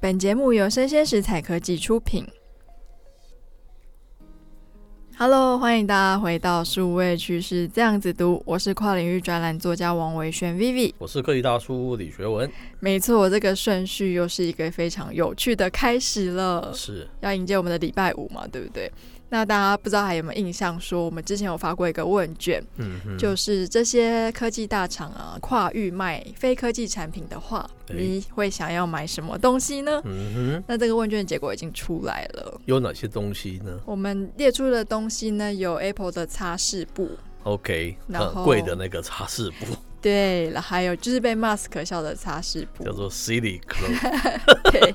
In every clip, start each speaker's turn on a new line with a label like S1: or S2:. S1: 本节目由生鲜食材科技出品。Hello，欢迎大家回到数位趋势这样子读，我是跨领域专栏作家王维轩 Vivi。
S2: 我是科技大叔李学文，
S1: 没错，这个顺序又是一个非常有趣的开始了，
S2: 是
S1: 要迎接我们的礼拜五嘛，对不对？那大家不知道还有没有印象说我们之前有发过一个问卷，
S2: 嗯哼，
S1: 就是这些科技大厂啊，跨域卖非科技产品的话，
S2: 哎
S1: 你会想要买什么东西呢？
S2: 嗯哼，
S1: 那这个问卷结果已经出来了。
S2: 有哪些东西呢
S1: 我们列出的东西呢，有 Apple 的擦拭布，
S2: ？OK，
S1: 然后
S2: 很贵的那个擦拭布
S1: 对，然后还有就是被 Mask 笑的擦拭布
S2: 叫，做 Silly Club，
S1: 对，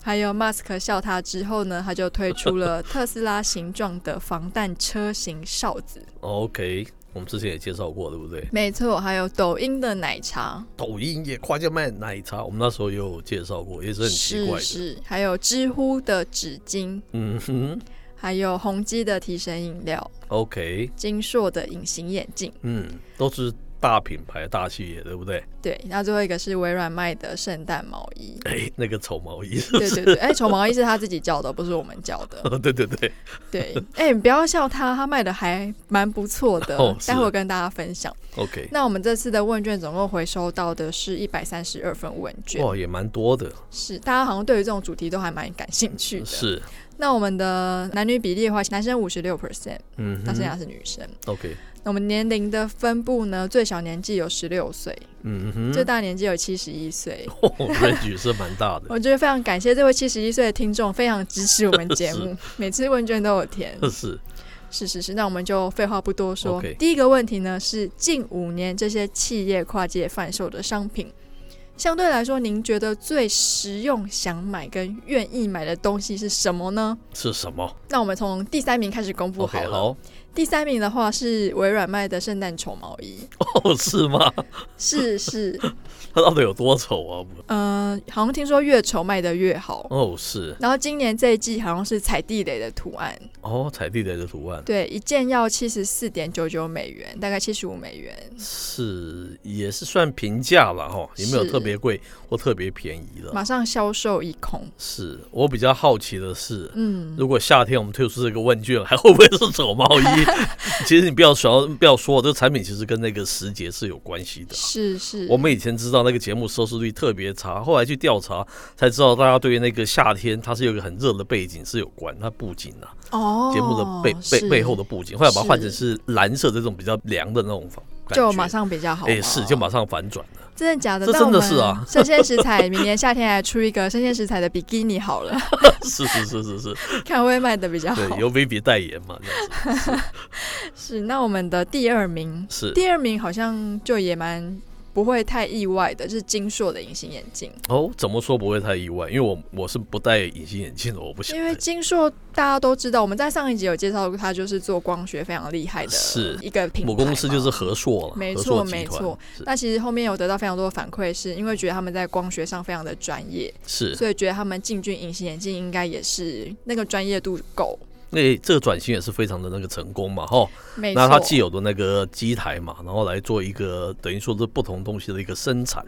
S1: 还有 Mask 笑他之后呢，他就推出了 特斯拉形状的防弹车型哨子，
S2: OK，我们之前也介绍过，对不对？
S1: 没错，还有抖音的奶茶，
S2: 抖音也跨界卖奶茶，我们那时候也有介绍过，也是很奇怪
S1: 是
S2: 的。
S1: 是，还有知乎的纸巾，
S2: 嗯哼
S1: 还有宏基的提神饮料，
S2: ，OK，
S1: 金硕的隐形眼镜。
S2: 嗯，都是大品牌大企业，对不对？
S1: 对，那最后一个是微软卖的圣诞毛衣，
S2: 哎，那个丑毛衣，
S1: 对对对，哎、丑毛衣是他自己叫的，不是我们叫的。
S2: 对对对，
S1: 对，哎、你不要笑他，他卖的还蛮不错的，
S2: 哦是
S1: 待会儿跟大家分享。
S2: ，OK，
S1: 那我们这次的问卷总共回收到的是一百三十二份问卷，
S2: 哇，也蛮多的，
S1: 是大家好像对于这种主题都还蛮感兴趣的。，
S2: 呃是，
S1: 那我们的男女比例的话，男生五十六 percent，
S2: 嗯
S1: 那剩下
S2: 哼
S1: 是啊女生。
S2: ，OK，
S1: 那我们年龄的分布呢，最小年纪有十六岁，
S2: 嗯哼，
S1: 最大年纪有七十一岁。
S2: 哦 range 是蛮大的，
S1: 我觉得非常感谢这位七十一岁的听众，非常支持我们节目，每次问卷都有填。
S2: 是，
S1: 是是是，那我们就废话不多说。
S2: OK
S1: 第一个问题呢是近五年这些企业跨界贩售的商品，相对来说，您觉得最实用、想买跟愿意买的东西是什么呢？
S2: 是什么哦
S1: 那我们从第三名开始公布好
S2: OK，
S1: 了。
S2: 好，
S1: 第三名的话是微软卖的圣诞丑毛衣，
S2: 哦，是吗？
S1: 是是，
S2: 它到底有多丑啊？
S1: 嗯、好像听说越丑卖的越好。
S2: 哦，是
S1: 然后今年这一季好像是踩地雷的图案，
S2: 哦，踩地雷的图案
S1: 对，一件要七十四点九九美元，大概七十五美元。
S2: 是也是算平价了哈，也没有
S1: 是
S2: 特别贵或特别便宜的。
S1: 马上销售一空。
S2: 是我比较好奇的是，
S1: 嗯，
S2: 如果夏天我们推出这个问卷， 还会不会是丑毛衣？ 其实你不要说，不要说，这个产品其实跟那个时节是有关系的。
S1: 是是，
S2: 我们以前知道那个节目收视率特别差，后来去调查才知道，大家对于那个夏天它是有一个很热的背景是有关，它布景啊，
S1: 哦
S2: 节目的背背
S1: 是
S2: 背后的布景，后来把它换成
S1: 是
S2: 是蓝色这种比较凉的那种方感觉，
S1: 就马上比较好嘛，
S2: 哎、是就马上反转了，
S1: 真的假的？
S2: 这
S1: 那我
S2: 真的
S1: 们
S2: 是啊
S1: 生鲜食材 明年夏天还出一个生鲜食材的比基尼好了，
S2: 是是是是是，
S1: 看会卖的比较好
S2: 对，。由 Vivi 代言嘛，这样
S1: 是，那我们的第二名，
S2: 子是
S1: 第二名好像就也蛮不会太意外的，就是金硕的隐形眼镜，
S2: 哦，怎么说不会太意外，因为我我是不戴隐形眼镜的，我不想
S1: 因为
S2: 戴，
S1: 金硕大家都知道，我们在上一集有介绍过，它就是做光学非常厉害的
S2: 是
S1: 一个品牌嘛，
S2: 我公司就是和硕了，
S1: 没
S2: 和
S1: 错
S2: 硕集
S1: 没
S2: 团
S1: 错，那其实后面有得到非常多的反馈，是因为觉得他们在光学上非常的专业，
S2: 是是，
S1: 所以觉得他们进军隐形眼镜应该也是那个专业度够。
S2: 那、这个转型也是非常的那个成功嘛，哈，
S1: 没
S2: 那它
S1: 错，
S2: 既有的那个机台嘛，然后来做一个等于说是不同东西的一个生产，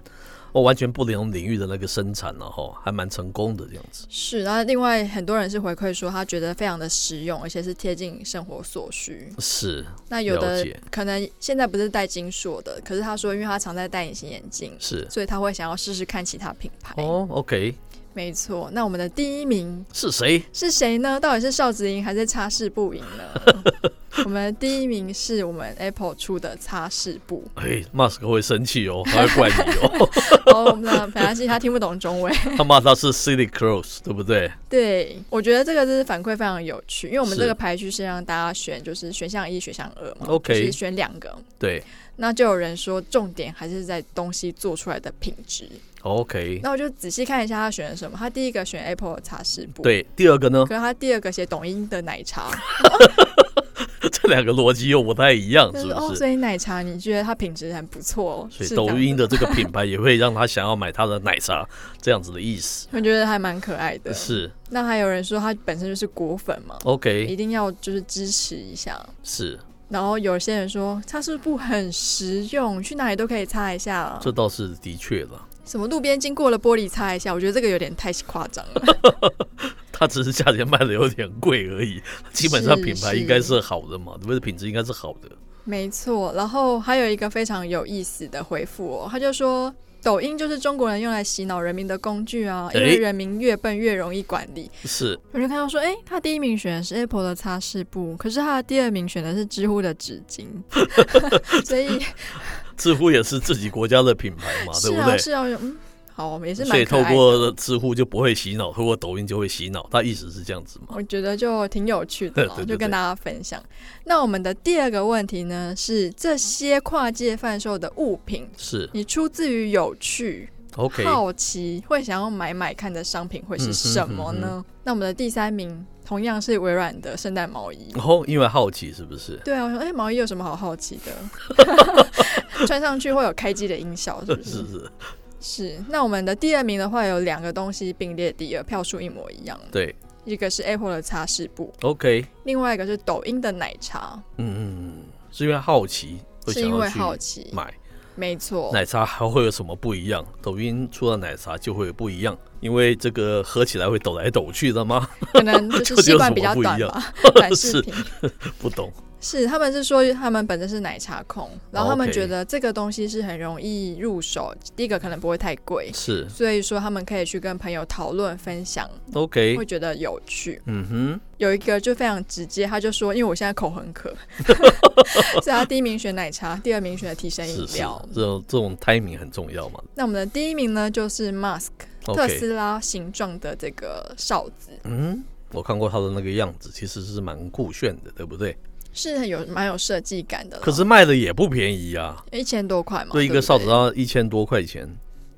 S2: 哦，完全不同领域的那个生产了哈，还蛮成功的这样子。
S1: 是。然后另外很多人是回馈说，他觉得非常的实用，而且是贴近生活所需。
S2: 是
S1: 那有
S2: 了
S1: 的
S2: 解
S1: 可能现在不是戴金硕的，可是他说，因为他常在戴隐形眼镜，
S2: 是
S1: 所以他会想要试试看其他品牌。
S2: 哦，OK，
S1: 没错。那我们的第一名
S2: 是谁？
S1: 是谁呢？到底是哨子赢还是擦拭布赢呢？ 我们第一名是我们 Apple 出的擦拭布。
S2: 哎，Mask 会生气哦，他会怪你哦，
S1: 哦，那本来是他听不懂中文。
S2: 他骂他是 Silly Close，对不对？
S1: 对，我觉得这个就是反馈非常有趣，因为我们
S2: 是
S1: 这个排序是让大家选，就是选项一、选项二嘛
S2: OK
S1: 就是选两个。
S2: 对
S1: 那就有人说重点还是在东西做出来的品质。
S2: ，OK，
S1: 那我就仔细看一下他选了什么。他第一个选 Apple 的擦拭布，，
S2: 对，第二个呢，
S1: 可是他第二个写抖音的奶茶，
S2: 这两个逻辑又不太一样，
S1: 就是是
S2: 不
S1: 哦，
S2: 是？
S1: 所以奶茶你觉得它品质很不错、哦，
S2: 所以
S1: 是这样
S2: 抖音的这个品牌也会让他想要买他的奶茶，这样子的意思。
S1: 我觉得还蛮可爱的。
S2: 是
S1: 那还有人说他本身就是果粉嘛，一
S2: OK，
S1: 定要就是支持一下。
S2: 是
S1: 然后有些人说擦拭布很实用，去哪里都可以擦一下。啊
S2: 这倒是的确了。
S1: 什么路边经过了玻璃擦一下，我觉得这个有点太夸张 了。
S2: 它只是价钱卖的有点贵而已，基本上品牌应该是好的嘛，对不对？品质应该是好的。
S1: 没错，然后还有一个非常有意思的回复哦，他就说。抖音就是中国人用来洗脑人民的工具啊，因为
S2: 诶
S1: 人民越笨越容易管理。
S2: 是
S1: 我就看到说，哎、他第一名选的是 Apple 的擦拭布，可是他的第二名选的是知乎的纸巾， 所以
S2: 知乎也是自己国家的品牌嘛，对
S1: 是
S2: 不
S1: 啊
S2: 对？
S1: 是啊，我就嗯，好，也是
S2: 所
S1: 蛮
S2: 以
S1: 可
S2: 透
S1: 爱的。
S2: 过知乎就不会洗脑，透过抖音就会洗脑，它意思是这样子嘛？
S1: 我觉得就挺有趣的啦
S2: 对对对
S1: 就跟大家分享。那我们的第二个问题呢，是这些跨界贩售的物品，
S2: 是
S1: 你出自于有趣、
S2: OK，嗯
S1: 好奇，会想要买买看的商品会是什么呢？那我们的第三名同样是微软的圣诞毛衣。
S2: 然哦后因为好奇是不是？
S1: 对啊，我说哎、诶毛衣有什么好好奇的？ 穿上去会有开机的音效，是不是？
S2: 是是，
S1: 是。那我们的第二名的话，有两个东西并列第二，票数一模一样，
S2: 对
S1: 一个是 Apple 的擦拭布，
S2: ，OK，
S1: 另外一个是抖音的奶茶，
S2: 嗯嗯，是因为好奇，会
S1: 是
S2: 想
S1: 因为
S2: 要去
S1: 好奇，
S2: 买
S1: 没错，
S2: 奶茶还会有什么不一样？抖音出了奶茶就会有不一样，因为这个喝起来会抖来抖去的吗？
S1: 可能就是
S2: 这
S1: 习
S2: 有
S1: 惯
S2: 什
S1: 比
S2: 么
S1: 较
S2: 不一
S1: 短
S2: 样
S1: 吧， 短视
S2: 是
S1: 频。
S2: 不懂，
S1: 是，他们是说他们本身是奶茶控，然后他们
S2: 哦 OK
S1: 觉得这个东西是很容易入手，第一个可能不会太贵，
S2: 是
S1: 所以说他们可以去跟朋友讨论分享，
S2: OK，
S1: 会觉得有趣。
S2: 嗯哼，
S1: 有一个就非常直接，他就说，因为我现在口很 渴，所以他第一名选奶茶，第二名选提神饮
S2: 是是
S1: 料。，
S2: 这种这种 timing 很重要嘛
S1: 那我们的第一名呢，就是 Mask 特
S2: ？OK，
S1: 斯拉形状的这个哨子，
S2: 嗯，我看过它的那个样子，其实是蛮酷炫的，对不对？
S1: 是很有蛮有设计感的啦，
S2: 可是卖的也不便宜啊，
S1: 一千多块嘛，
S2: 对
S1: 哦
S2: 一
S1: 不
S2: 个哨子啊要一千多块钱，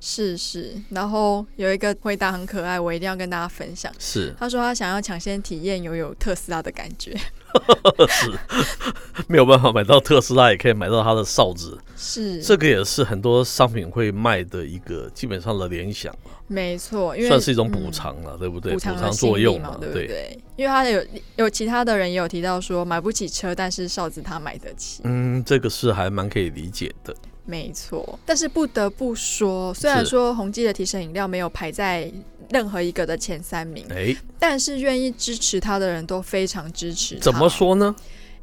S1: 是是。然后有一个回答很可爱，我一定要跟大家分享。
S2: 是
S1: 他说他想要抢先体验拥有特斯拉的感觉，
S2: 没有办法买到特斯拉，也可以买到它的哨子，
S1: 是
S2: 这个也是很多商品会卖的一个基本上的联想，
S1: 没错，因为
S2: 算是一种补
S1: 嗯
S2: 偿了，对不对？
S1: 补
S2: 补
S1: 偿
S2: 偿
S1: 的
S2: 作
S1: 心理
S2: 用
S1: 嘛，对不
S2: 对。
S1: 对？因为他有有其他的人也有提到说，买不起车，但是哨子他买得起，
S2: 嗯，这个是还蛮可以理解的。
S1: 没错。但是不得不说，虽然
S2: 是
S1: 说宏基的提神饮料没有排在任何一个的前三名，
S2: 哎，
S1: 但是愿意支持他的人都非常支持。
S2: 怎么？说呢？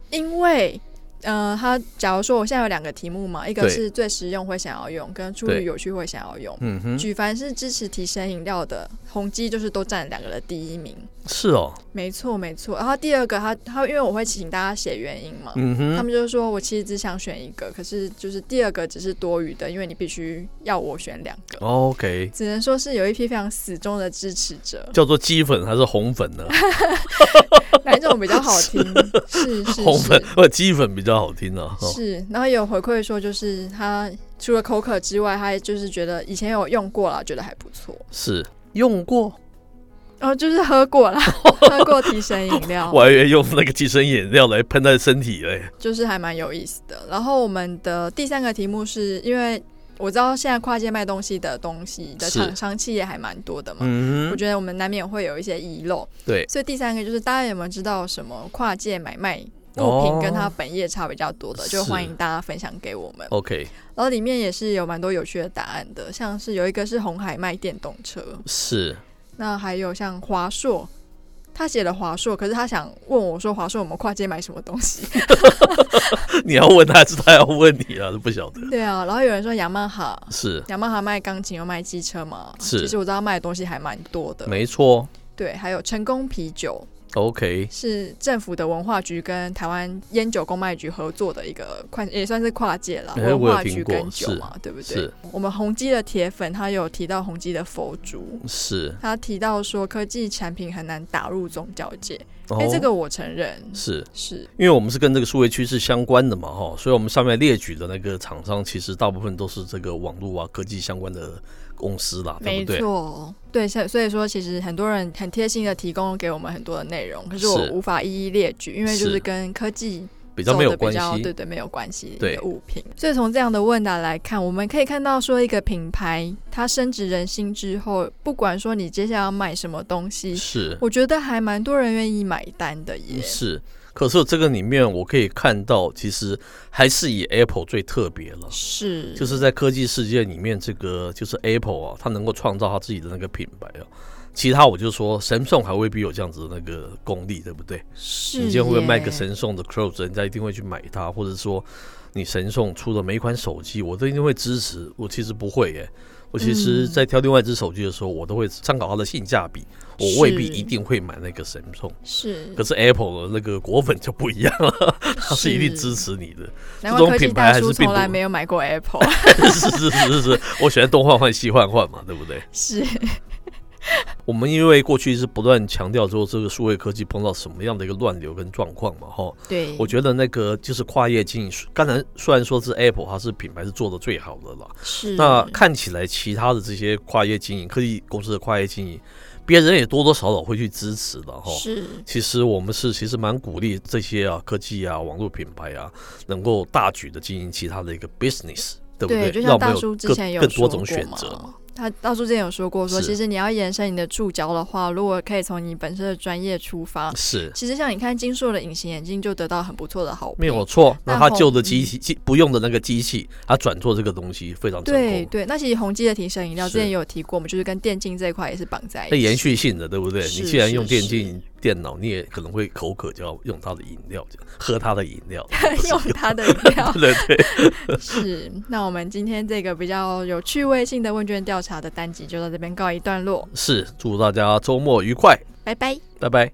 S1: 因为。呃，他假如说我现在有两个题目嘛，一个
S2: 对
S1: 是最实用会想要用，跟出于
S2: 对
S1: 有趣会想要用。
S2: 嗯哼，
S1: 举凡是支持提神饮料的，宏基就是都占两个的第一名。
S2: 是哦，
S1: 没错，没错。然后第二个他，他因为我会请大家写原因嘛，
S2: 嗯
S1: 他
S2: 哼，
S1: 们就是说我其实只想选一个，可是就是第二个只是多余的，因为你必须要我选两个。
S2: OK，，
S1: 只能说是有一批非常死忠的支持者
S2: 叫做鸡粉还是红粉 呢？
S1: 哪一种比较好听？是是
S2: 红粉
S1: 是
S2: 不鸡粉比较好听呢、哦。
S1: 是。然后也有回馈说，就是他除了口渴之外，他就是觉得以前有用过啦，觉得还不错。
S2: 是用过，
S1: 然后就是喝过 啦，喝过提神饮料
S2: 我，还以为用那个提神饮料来喷在身体嘞。
S1: 就是还蛮有意思的。然后我们的第三个题目是因为我知道现在跨界卖东西的东西的
S2: 是
S1: 厂商企业还蛮多的嘛，
S2: 嗯
S1: 我
S2: 哼，
S1: 觉得我们难免会有一些遗漏。
S2: 对
S1: 所以第三个就是大家有没有知道什么跨界买卖？物品跟它本业差比较多的，
S2: 哦
S1: 就是欢迎大家分享给我们。
S2: ，OK，
S1: 然后里面也是有蛮多有趣的答案的，像是有一个是红海卖电动车，
S2: 是
S1: 那还有像华硕，他写了华硕，可是他想问我说华硕我们跨界买什么东西？
S2: 你要问他，还是他要问你啊？都不晓得。
S1: 对啊，然后有人说雅马哈，
S2: 是，
S1: 雅马哈卖钢琴又卖机车嘛，
S2: 是
S1: 其实我知道卖的东西还蛮多的，
S2: 没错。
S1: 对，还有成功啤酒
S2: OK，
S1: 是政府的文化局跟台湾烟酒公卖局合作的一个跨，也算是跨界了，
S2: 哎
S1: 文
S2: 我有
S1: 化局
S2: 听过
S1: 跟酒嘛，对不对
S2: 是？
S1: 我们宏基的铁粉他有提到宏基的佛珠。
S2: 是。
S1: 他提到说，科技产品很难打入宗教界，
S2: 哦
S1: 哎、这个我承认
S2: 是
S1: 是
S2: 因为我们是跟这个数位趋势相关的嘛，哈，所以我们上面列举的那个厂商，其实大部分都是这个网络啊、科技相关的公司啦，对
S1: 没
S2: 不对？
S1: 错，对，所以所以说，其实很多人很贴心的提供给我们很多的内容，可是我
S2: 是
S1: 无法一一列举，因为就是
S2: 是
S1: 跟科技
S2: 比较没有
S1: 走得
S2: 关
S1: 比较
S2: 系
S1: 对。对，没有关系
S2: 对
S1: 的物品。所以从这样的问答来看，我们可以看到说，一个品牌它深植人心之后，不管说你接下来要卖什么东西，
S2: 是嗯
S1: 我觉得还蛮多人愿意买单的耶。
S2: 是，可是这个里面我可以看到，其实还是以 Apple 最特别了。
S1: 是，
S2: 就是在科技世界里面，这个就是 Apple 啊，它能够创造它自己的那个品牌啊。其他我就说，神送还未必有这样子的那个功力，对不对？
S1: 是
S2: 你今天会不会卖个
S1: 耶
S2: 神送的 Close，人家一定会去买它，或者说你神送出的每一款手机，我都一定会支持。我其实不会耶，我其实
S1: 嗯
S2: 在挑另外一只手机的时候，我都会参考它的性价比，我未必一定会买那个神送。
S1: 是
S2: 可，是 Apple 的那个果粉就不一样了，它是一定支持你的。
S1: 难怪
S2: 这种
S1: 科技
S2: 品牌
S1: 大
S2: 还
S1: 叔
S2: 是并
S1: 从
S2: 不
S1: 来没有买过 Apple，
S2: 是是是是是，我喜欢东换换西换换嘛，对不对？
S1: 是
S2: 我们因为过去是不断强调说这个数位科技碰到什么样的一个乱流跟状况嘛，哈。
S1: 对，
S2: 我觉得那个就是跨业经营，刚才虽然说是 Apple 它是品牌是做的最好的啦，
S1: 是
S2: 那看起来其他的这些跨业经营科技公司的跨业经营，别人也多多少少会去支持的哈。
S1: 是
S2: 其实我们是其实蛮鼓励这些啊科技啊网络品牌啊，能够大举的经营其他的一个 business，对不
S1: 对，就
S2: 让
S1: 像
S2: 我们
S1: 大
S2: 有
S1: 叔之
S2: 更
S1: 前也有
S2: 更多
S1: 说
S2: 种
S1: 过
S2: 选
S1: 嘛
S2: 择嘛。
S1: 他大叔之前有说过说
S2: 是
S1: 其实你要延伸你的触角的话，如果可以从你本身的专业出发，
S2: 是
S1: 其实像你看金硕的隐形眼镜就得到很不错的好评，
S2: 没有错。那
S1: 那
S2: 他
S1: 后嗯
S2: 旧的机器机不用的那个机器，他转做这个东西非常成
S1: 对
S2: 功，
S1: 对，那其实宏基的提神饮料之
S2: 是
S1: 前也有提过，我们就是跟电竞这一块也是绑在一
S2: 那
S1: 起。
S2: 延续性的，对不对？
S1: 是
S2: 你既然
S1: 是
S2: 用电
S1: 是，
S2: 竞、电脑，你也可能会口渴，就要用他的饮料，就喝他的饮料
S1: 用它的饮料
S2: 对对对，
S1: 是，那我们今天这个比较有趣味性的问卷调查的单集就到这边告一段落，
S2: 是。祝大家周末愉快，
S1: 拜拜。
S2: 拜拜。